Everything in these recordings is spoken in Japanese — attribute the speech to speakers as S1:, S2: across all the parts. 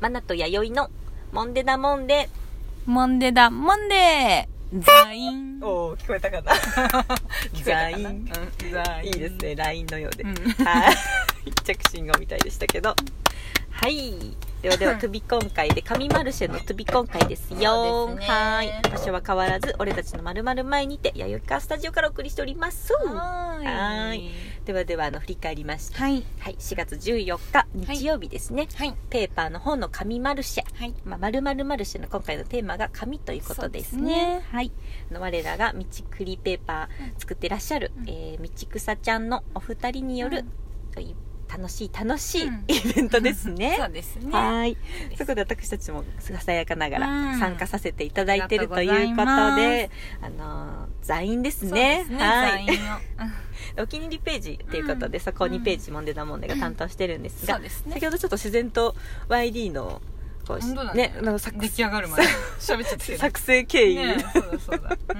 S1: マナと弥生のモンデダモンデ
S2: モンデだ、モンデーザイン。
S1: おお聞こえた かな聞こえたかなうん
S2: うんザイン。
S1: いいです。ね LINE のようで、
S2: うん
S1: はい着信号みたいでしたけどはいではでは
S2: うん
S1: トゥビコン会で上マルシェのトゥビコン会です
S2: そ
S1: よ
S2: うですね
S1: はい場所は変わらず俺たちのまるまる前にて弥生カースタジオからお送りしております
S2: は
S1: はー
S2: い
S1: い。ではではあの振り返りました
S2: はい。
S1: はい4月14日日曜日ですね、
S2: はい。
S1: ペーパーの本の紙マルシェ
S2: はい。
S1: まあ、〇〇マルシェの今回のテーマが紙ということですね。
S2: そうですね
S1: はい。あの我らが道くりペーパー作ってらっしゃる、
S2: うん
S1: えー道草ちゃんのお二人による、楽しい楽しい
S2: うん
S1: イベントですね。
S2: そうですね。
S1: はーい。
S2: そうです
S1: そこで私たちもささやかなが
S2: う
S1: ら
S2: ん
S1: 参加させていただいてると
S2: あり
S1: い
S2: がとう
S1: う
S2: ご
S1: こと
S2: ざいます
S1: で、あのー、座員です
S2: そう
S1: ね。
S2: ですね。
S1: は
S2: ザ
S1: い
S2: イン。を。
S1: お気に入りページということで、
S2: うん
S1: そこ2ページもんでなもんでが担当してるんです
S2: そ
S1: が
S2: う、ですね
S1: 先。ほどちょっと自然と YD の、こうし
S2: 本当だね
S1: ね、あの作
S2: 出来上が るまで喋っちゃって
S1: 作成経緯、
S2: ねそうだそうだ。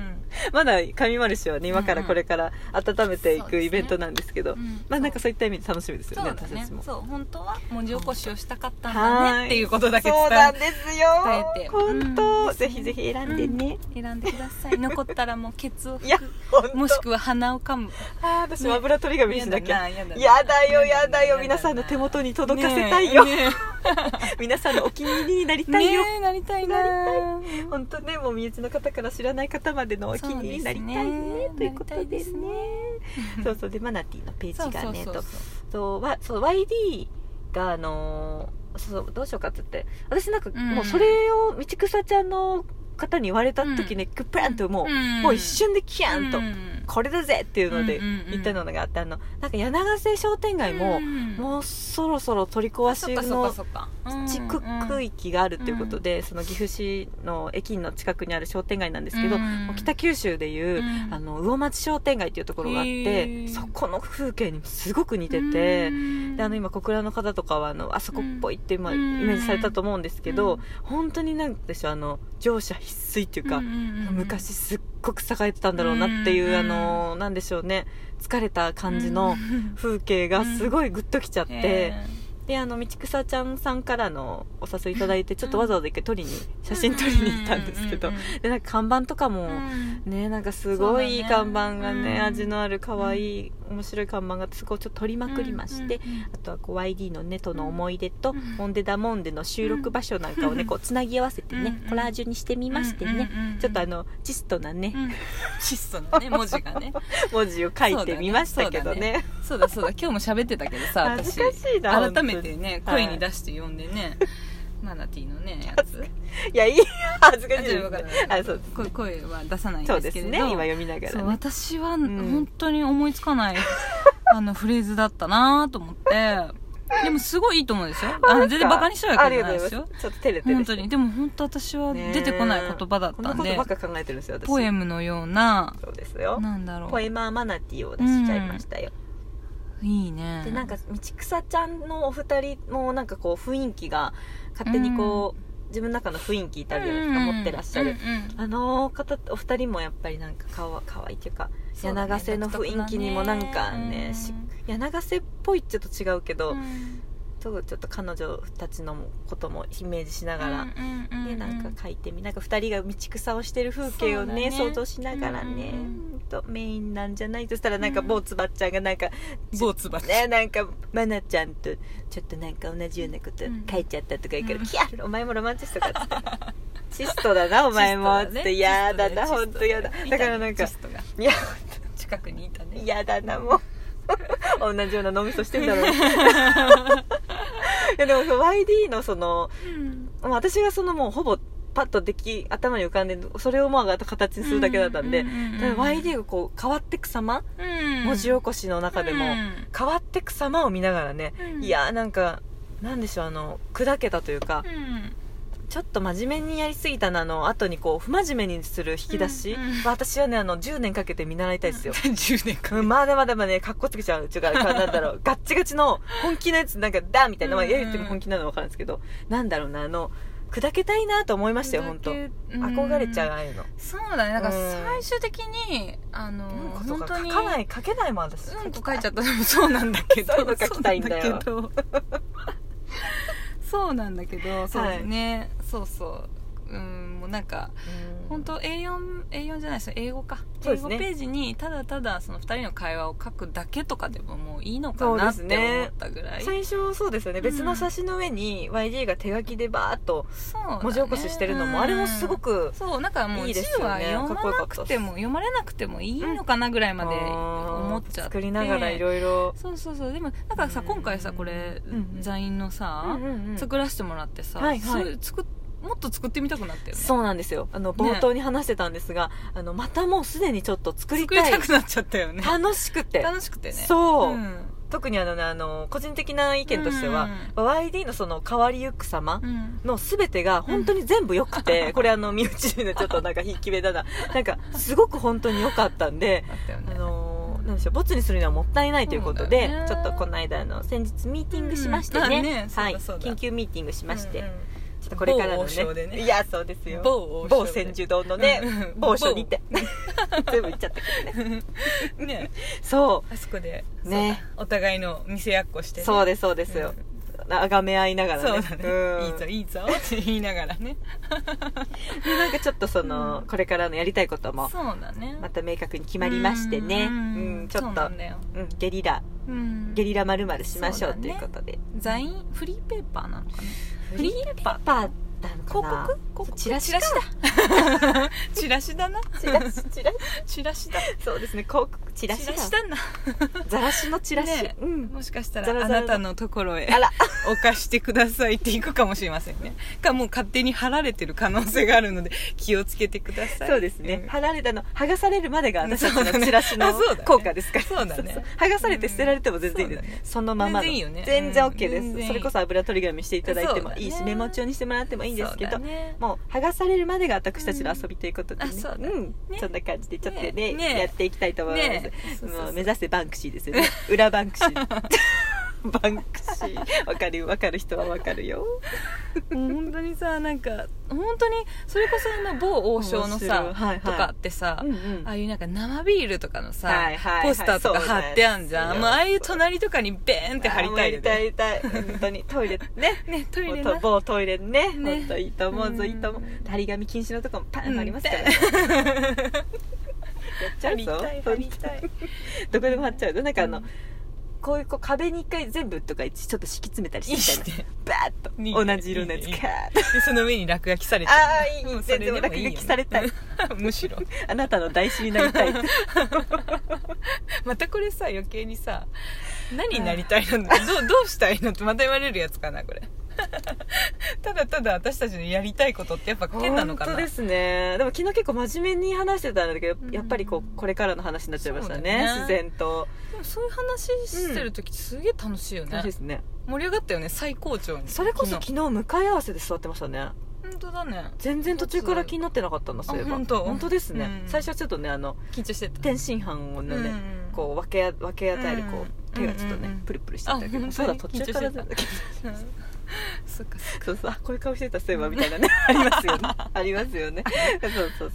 S1: まだ上丸氏はね今から
S2: うんうん
S1: これから温めてい
S2: そう
S1: く
S2: ですね
S1: イベントなんですけど、
S2: うんうん。
S1: まあなんかそういった意味で楽しみですよ
S2: そう
S1: ね
S2: だ
S1: 私た
S2: ね
S1: ちも。
S2: そう本当は文字起こしをしたかったん
S1: は
S2: だ
S1: ーい
S2: ねっていうことだけ伝
S1: そうなんですよ
S2: 伝えて
S1: 本当、
S2: うん
S1: ぜひぜひ選んでね、
S2: え選んでく ださい残ったらもうケツを
S1: いや本当
S2: もしくは鼻を噛む
S1: あー私も油取り紙にしなきゃ、
S2: やだな
S1: やだよや
S2: や
S1: だ
S2: だ
S1: よ
S2: よ
S1: 皆さんの手元に届か
S2: ね
S1: せ
S2: え
S1: たいよ、
S2: ね
S1: 皆さんのお気に入りになり
S2: え
S1: たいよ、
S2: ねえなりたいな
S1: な
S2: りたい
S1: 本当ねもう身内の方から知らない方までのお気に入りになりたい
S2: そう
S1: ね
S2: ですね
S1: ということですね
S2: な
S1: そうそうでマナティーのペー
S2: そ
S1: ジ
S2: うそ
S1: が
S2: う
S1: ね
S2: そう
S1: と
S2: そう
S1: とわそう YD があのーそうどうしようかって言って私なんか
S2: ん
S1: もうそれを道草ちゃんの方に言われた時ね、グプランともう,、
S2: ん
S1: もう一瞬でキャンと、
S2: うん
S1: これだぜっていうので
S2: うんうんうん
S1: 言ったのがあってあのなんか柳瀬商店街も、
S2: ん
S1: もうそろそろ取り壊し
S2: そっかそっ
S1: の
S2: かそっか
S1: 地区区域があるということで、その岐阜市の駅の近くにある商店街なんですけど、もう北九州でいう、あの魚町商店街っていうところがあっ
S2: へ
S1: て
S2: ー
S1: そこの風景にすごく似てて、であの今小倉の方とかはあのあそこっぽいって今イ
S2: うん
S1: メージされたと思うんですけど、
S2: うん
S1: 本当になんでしょうあの乗車必須っていうか、昔すっごく栄えてたんだろうなっていう、
S2: うん
S1: あのなんでしょうね疲れた感じの風景がすごいグッときちゃって、であの道草ちゃんさんからのお誘いいただいてちょっとわざわざ一回撮りに写真撮りに行ったんですけど、でなんか看板とかも。ねなんかすごいいい看板が
S2: そう
S1: ね
S2: だねうん
S1: 味のある可愛い面白い看板があってそこをちょっと撮りまくりまして、あとはこう YD のネとの思い出と、
S2: うん
S1: モンデダモンデの収録場所なんかをね、
S2: うん
S1: こうつなぎ合わせてね、
S2: うん
S1: コラージュにしてみましてね、ちょっとあのチストなね、
S2: 質素なね文字がね
S1: 文字を書いてみましたけど
S2: そうだ
S1: ね
S2: そうだそうだ今日も喋ってたけどさ
S1: 恥
S2: 私
S1: ずかしいな
S2: 改めてね
S1: 本当に
S2: 声に出して読んでねマナティーのねやつ
S1: いやいい恥ずかしい
S2: あちょっとわからない
S1: あそう
S2: こ声は出さないん
S1: そうで
S2: で
S1: すす
S2: けれ
S1: ね
S2: ど
S1: 今読みながら
S2: そう
S1: ね
S2: 私は
S1: ん
S2: 本当に思いつかない、 あのフレーズだったなと思ってでもすごいいいと思うんですよあの全然バカにしてるわけじゃないです
S1: ありがとうござ
S2: よ
S1: いますちょっと照れてる
S2: 本当にでも本当私は出てこない言葉だっ
S1: こん
S2: た
S1: なんこと
S2: で
S1: ばっか考えてるんですよ私
S2: ポエムのような
S1: そうですよ
S2: なんだろ
S1: ポエマーマナティを出しちゃいましたよ、
S2: ういいね
S1: でなんか道草ちゃんのお二人もなんかこう雰囲気が勝手にこう、自分の中の雰囲気ってあるじゃないですか、持ってらっしゃる、あの方とお二人もやっぱりなんかかわかわいいっていうか柳瀬の雰囲気にもなんかねし柳瀬っぽいちょっと違うけど、ちょっとちょっと彼女たちのこともイメージしな
S2: だ
S1: がら、ね、なんか書いてみなんか二人が道草をしてる風景をね
S2: そうだね
S1: 想像しながらね、
S2: うん
S1: うんとメインなんじゃないとしたらなんか
S2: うん
S1: 坊つばっちゃんがなんか
S2: ボーツバ
S1: ね、なんかマナちゃんとちょっとなんか同じようなこと
S2: うん
S1: 書いちゃったとか言うから「
S2: うん
S1: キャルお前もロマンチストか」っつって「チストだなお前も」っつって「やだな本当やだ」だからなんか「いや
S2: 近くにいたね
S1: やだな もう」同じような脳みそしてんだろうないやでも YD のそのもう私がそのもうほぼパッとでき頭に浮かんでそれをまああと形にするだけだったんで、ただ YD がこう変わってく様、文字起こしの中でも、変わってく様を見ながらね、
S2: うん
S1: いやーなんかなんでしょうあの砕けたというか、ちょっと真面目にやりすぎたなの後にこう不真面目にする引き出し、
S2: うんうん
S1: 私はねあの10年かけて見習いたいですよ、
S2: 10年間
S1: うんまだまだまだね、かっこつけちゃうっていうか、なんだろ う、ガッチガチの、本気のやつ、なんか、だみたいな、まあ、
S2: うんうん
S1: やるっても本気なのわかるんですけど、なんだろうな、あの、砕けたいなと思いましたよ、本当憧れちゃう、ああいうの。
S2: そうだねだから
S1: うん
S2: 最終的にあの
S1: うん、こと
S2: 本
S1: か
S2: 当
S1: 書
S2: に
S1: かない、書けないもん、私。
S2: うんと書いちゃったのもそうなんだけど
S1: そういうの書きたいんだよ
S2: そうなんだけど そうなんだけどそう
S1: はい
S2: ね、そうそううんもうなんか本当 A4, A4 じゃないですよ英語か、
S1: そうで
S2: 英
S1: す
S2: 語
S1: ね
S2: ページにただただその2人の会話を書くだけとかでももういいのか
S1: そうで
S2: なって
S1: す
S2: 思
S1: ね
S2: ったぐらいそう,、
S1: 最初そうですよね、
S2: ん
S1: 別の冊子の上に YG が手書きでバーっと文字起こししてるのも、あれもすごく
S2: そうなんかもう
S1: いい
S2: 字
S1: ですよ
S2: は
S1: ね
S2: 読まなくても読まれなくてもいいのかなぐらいまで思っちゃって、
S1: 作りながらいろいろ
S2: そうそうそうでもなんかさ
S1: うん
S2: 今回さこれ、
S1: うん
S2: 座員のさ、作らせてもらってさ、
S1: はいはい
S2: そう作っもっと作ってみたくなったよね
S1: そうなんですよあの
S2: ね
S1: 冒頭に話してたんですが、あのまたもうすでにちょっと作り
S2: 作
S1: たい
S2: りたくなっちゃったよね
S1: 楽しくて
S2: 楽しくてね
S1: そう
S2: うん
S1: 特にあの、ね、あの個人的な意見としては、YD のその変わりゆく様
S2: うん
S1: の全てが本当に全部良く て、これあの身内でちょっとなんかひいき目だななんかすごく本当に良かったんで
S2: あったよ
S1: あ
S2: ね
S1: のーなんでしょうボツにするにはもったいないということ
S2: そう
S1: で、
S2: だよね
S1: ちょっとこの間あの先日ミーティングしまして
S2: う
S1: ね,、
S2: んねそうだ
S1: はい、
S2: そうだ
S1: 緊急ミーティングしまして、
S2: うんうん
S1: ちょっとこれからの
S2: 某王将で
S1: ね
S2: ね
S1: いやそうですよ
S2: 某王将で
S1: 某千住堂のね、
S2: うんうん
S1: 某所に行 って全部行っちゃったけどね
S2: ね
S1: そ
S2: あそこで
S1: ね
S2: そうだお互いの店やっこし
S1: う
S2: てね
S1: そうですそうですよ、あがめ合いながら
S2: そう
S1: ね
S2: だ
S1: うん
S2: ねいいぞいいぞって言いながらね
S1: でなんかちょっとその、
S2: うん
S1: これからのやりたいこと も
S2: そうだね
S1: また明確に決まりましてね
S2: う
S1: うんん、ちょ
S2: そう
S1: っ
S2: な
S1: と
S2: んだよ
S1: うん、ゲリラ
S2: うん
S1: ゲリラまるまるしましょう
S2: そうだ
S1: と
S2: ね
S1: いうことで、
S2: ザインフリーペーパーなのかな
S1: フリーペーパーなのか
S2: 広
S1: な
S2: 告広告
S1: チラシ
S2: だチラシだな
S1: チラシチラシ
S2: チラシだ
S1: そうですね広告チラシ
S2: チ
S1: だ
S2: ラシだな
S1: ザラシのチラシ、
S2: ね
S1: うん
S2: もしかした
S1: ザ
S2: ら
S1: ラ
S2: あ
S1: ザラ
S2: なたのところへ
S1: あら
S2: お貸してくださいっていくかもしれませんねかもう勝手に貼られてる可能性があるので気をつけてください
S1: そうですね、
S2: ん
S1: 貼られたの剥がされるまでが私た
S2: そうだ
S1: ち
S2: ね
S1: のチラシ
S2: あ
S1: の
S2: そうだね
S1: 効果ですから
S2: そうだね
S1: 剥がされて捨てられても全然いいです、
S2: うんそうだね
S1: そのままの
S2: 全然いいよね
S1: 全然 OK で
S2: うん全
S1: す、
S2: 然いい
S1: それこそ油取り紙していただいてもいいし、
S2: そうだね
S1: メモ帳にしてもらってもいいんですけ
S2: そ
S1: ど、
S2: うだね
S1: もう剥がされるまでが私たちの遊びということでね,、
S2: うんあそうだね
S1: ん
S2: ね
S1: そんな感じでちょっとね
S2: ねね
S1: やっていきたいと思います、
S2: ねそうそうそう
S1: もう目指せバンクシーですよね裏 バンクシーバンクシーわかるわかる人はわかるよ
S2: もう本当にさなんか本当にそれこそあの某王将
S1: 面
S2: のさ、
S1: 白いはいはい
S2: とかってさ、
S1: うんうん
S2: ああいうなんか生ビールとかのさ、
S1: はいはいはい
S2: ポスターとか貼ってあんじゃん
S1: そうなんですよ
S2: もうああいう隣とかにベーンって貼りたいよ
S1: あー貼
S2: ね
S1: りたい貼りたい本当にトイレね
S2: ねトイレ
S1: もう
S2: な
S1: と某トイレね
S2: ね
S1: 本当いいと思うぞ
S2: うん
S1: いいと思う張り紙禁止のとこもパンありますから、
S2: うん
S1: ね、 やっちゃうぞ
S2: 貼りたい
S1: どこでも貼っちゃうぞなんかあの、
S2: うん
S1: こういうこう壁に一回全部とかちょっと敷き詰めたり
S2: いい
S1: して
S2: し
S1: みたいな
S2: ね
S1: バ
S2: いい
S1: ー
S2: ね
S1: ッと同じ色のやつ
S2: い
S1: カ
S2: いね
S1: ー
S2: いい
S1: ッ
S2: ねでその上に落書きされて
S1: ああいい
S2: うんそれ
S1: 全
S2: でも
S1: 然落
S2: いいよ
S1: 書
S2: ね
S1: きされたい
S2: むしろ
S1: あなたの台紙になりたい
S2: またこれさ余計にさ何になりたいの どうどうしたいのってまた言われるやつかなこれ ただただ私たちのやりたいことってやっぱ 変なのかな
S1: 本当ですねでも昨日結構真面目に話してたんだけど、
S2: うん
S1: やっぱりこうこれからの話になっちゃいました
S2: そうだ
S1: ね
S2: よね
S1: 自然と
S2: でもそういう話してる時ってすげえ楽しいよね
S1: 楽しい、ですね
S2: 盛り上がったよね最高潮に
S1: それこそ
S2: 昨
S1: 昨
S2: 日
S1: 日向かい合わせで座ってましたね
S2: 本当だね
S1: 全然途中から気になってなかったんだそういえば
S2: あ本当
S1: ですね、
S2: うん
S1: 最初はちょっとねあの
S2: 緊張してた
S1: 天津飯をね、
S2: うん
S1: こう分け分け与えるこう、
S2: うん
S1: 手がちょっとね、
S2: うんうんうん
S1: プルプルしてたけど
S2: あ
S1: そうだ
S2: 本
S1: 途
S2: 当に
S1: 中からだ
S2: 緊張してうん そっかそっか
S1: そうそうあこういう顔してたそういえばみたいな ねありますよねありますよねそうそうそう、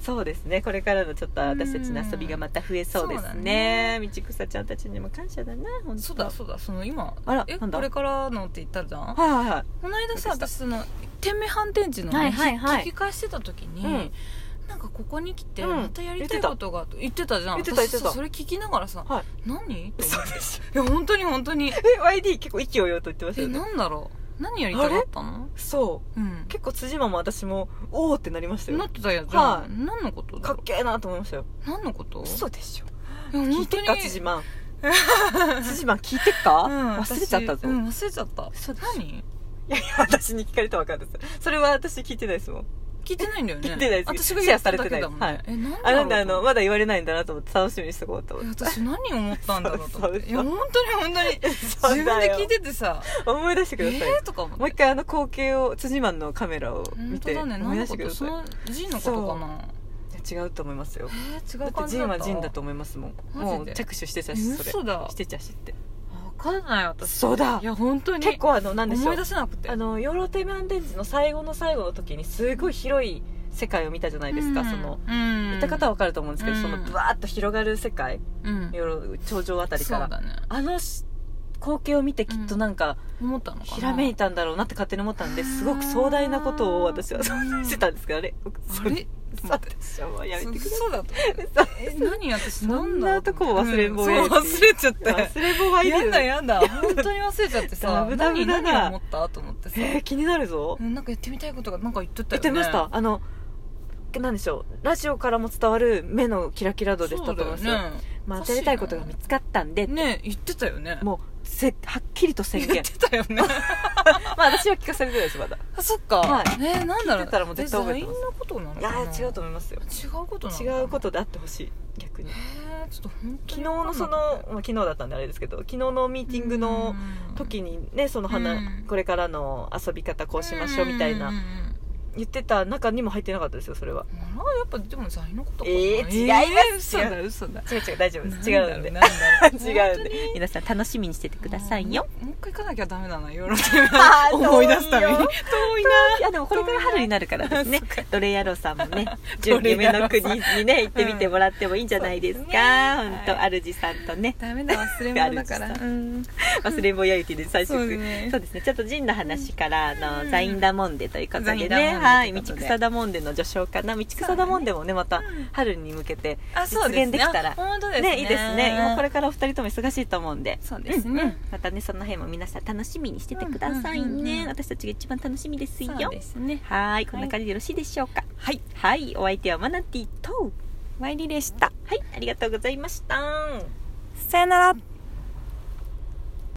S1: そうですねこれからのちょっと私たちの遊びがまた増えそうです
S2: そうだ
S1: ね,、
S2: ね
S1: 道草ちゃんたちにも感謝だな本当
S2: そうだそうだその今
S1: あら
S2: え
S1: なんだ
S2: これからのって言ったじゃ
S1: は
S2: ん
S1: いはいはい
S2: この間さ
S1: どうで
S2: 私その天明反転地のね、
S1: はいはいはい
S2: 聞き返してた時に、
S1: うん
S2: なんかここに来て
S1: うん
S2: またやりたいことがあって言ってたじゃん
S1: 言ってた
S2: 私さ
S1: 言ってた
S2: それ聞きながらさ、
S1: はい
S2: 何と思
S1: そ
S2: っ
S1: うでして
S2: いや本当に本当に
S1: え YD 結構意気揚々と言ってました
S2: え
S1: よね
S2: なんだろう何やりたかったの
S1: そう
S2: うん
S1: 結構辻間も私もおおってなりました
S2: な
S1: よ
S2: ってたやつじゃん、
S1: はい
S2: 何のことだ
S1: かっ
S2: ろ
S1: けえなと思いましたよ
S2: う何のこと
S1: 嘘でしょ
S2: いや
S1: 聞
S2: 本
S1: い
S2: 当
S1: て
S2: に
S1: っか辻 間辻間聞いてっか、
S2: うん
S1: 忘れちゃったぞ、
S2: 私うん忘れちゃった何
S1: いやいや私に聞かれたら分かるんですよそれは私聞いてないですもん
S2: 聞いてないんだよね
S1: 聞いてないです
S2: 私が言っただけだもんね、
S1: シェアさ
S2: え何だろう
S1: あなんであのまだ言われないんだなと思って楽しみにしとこうと
S2: え
S1: 思って
S2: 私何思ったんだろうと思っ
S1: そ
S2: て
S1: うそうそう
S2: いや本当に本当 に
S1: そう
S2: 自分
S1: だ
S2: で
S1: よ
S2: 聞いててさ
S1: 思い出して
S2: え
S1: ください、
S2: ーとか思って
S1: もう一回あの光景を辻間のカメラを見
S2: 本当
S1: て
S2: だね
S1: 思い
S2: 何
S1: 出
S2: の
S1: して
S2: こ
S1: く
S2: と
S1: だ
S2: そ
S1: さい
S2: の人のことかな
S1: そ違うと思いますよ
S2: えー
S1: だっ
S2: 違う
S1: て
S2: 感じ
S1: 陣
S2: だっ
S1: は
S2: た
S1: 陣だと思いますもん
S2: マジで
S1: もう着手してた
S2: え
S1: しそれ
S2: 嘘だ
S1: してたしって
S2: 分かんない私
S1: そうだ
S2: いや本当に
S1: 結構あのなんでしょ
S2: 思
S1: う
S2: い出せなくて
S1: あの養老テーマンデンジの最後の最後の時にすごい広い世界を見たじゃないですか、その
S2: 言
S1: 行った方は
S2: は
S1: 分かると思うんですけど、
S2: うん
S1: そのブワーッと広がる世界
S2: うん
S1: 養老頂上あたりか
S2: そ
S1: ら、
S2: うだね
S1: あのし光景を見てきっとなんか、
S2: 思ったのかな
S1: ひらめいたんだろうなって勝手に思ったんですごく壮大なことを私は想像してたんですけどね
S2: あれ
S1: そうですもうやめてください
S2: そうだとえ何私
S1: そんな
S2: だと思
S1: と
S2: っ
S1: こ忘れん坊や
S2: うんそう忘れちゃった
S1: 忘れ棒はいい
S2: や
S1: よ
S2: だやだ本当に忘れちゃって
S1: ダ
S2: さ
S1: ブダブ
S2: 何
S1: だな
S2: 何思ったと思ってさ
S1: えー、気になるぞ
S2: うんなんかやってみたいことがなんか言ってた
S1: 言っ
S2: よね
S1: てましたあのなんでしょうラジオからも伝わる目のキラキラ度でしたと思います
S2: そう
S1: よ
S2: だよね
S1: まあ当たりたいことが見つかったんで、
S2: ね言ってたよね
S1: もうせはっきりと宣
S2: 言
S1: 言
S2: ってたよね
S1: まあ私は聞かされてないですまだ
S2: あそっか
S1: はい
S2: えなんだ
S1: 聞
S2: ろ
S1: いてたらもう絶対覚えてます
S2: え LINE のことなの
S1: い
S2: か
S1: や
S2: な
S1: ー違うと思いますよ
S2: 違うことなのかな
S1: 違うことであってほしい逆に
S2: えーちょっと本当
S1: 昨日
S2: に
S1: のその、まあ、昨日だったんであれですけど昨日のミーティングの時にねその花、
S2: うん
S1: これからの遊び方こ
S2: こ
S1: うしましょうみたいな言ってた中にも入ってなかったですよそれは
S2: あらやっぱでも財のことかな
S1: えー違いますよ
S2: えー嘘だ嘘だ
S1: 違う違う大丈夫です違う
S2: な
S1: んん
S2: だ
S1: で
S2: ろ なんだろ
S1: 違うん
S2: 本当
S1: で
S2: に
S1: 皆さん楽しみにしててくださいよ
S2: もうもう一回行かなきゃダメだなヨーロッ
S1: あ
S2: パ思い出すために
S1: 遠いよ
S2: 遠いない
S1: やでもこれから春になるからですねドレイヤローさんも ね
S2: ド
S1: 準
S2: レイヤ
S1: 夢
S2: ロ
S1: の
S2: ー
S1: 国
S2: さん
S1: にね行ってみてもらってもいいんじゃないですか
S2: うん
S1: 本当、
S2: は
S1: 主さんとね
S2: ダメだ忘れ物だから
S1: ある
S2: うん
S1: 忘れん坊やゆきで最初
S2: そうね
S1: そうですねちょっと陣の話からあの、
S2: うん
S1: ザインダモンデということ
S2: ザ
S1: で
S2: イン
S1: ね
S2: ダモンデということで
S1: はい道草ダモンデの序章かな道草ダモンデもねまた
S2: うん
S1: 春に向けて
S2: あそうです
S1: 実
S2: ね
S1: 現できたら
S2: あ本当です
S1: ね
S2: ね
S1: いいですね今これからお二人とも忙しいと思うんで
S2: そうですね
S1: んんまたねその辺も皆さん楽しみにしててくださいね、
S2: うんうんうんうん
S1: 私たちが一番楽しみですよ
S2: そうですね
S1: はいこんな感じでよろしいでしょうか
S2: はい
S1: はいお相手はマナティと
S2: ワイリでした
S1: はいありがとうございました
S2: さよなら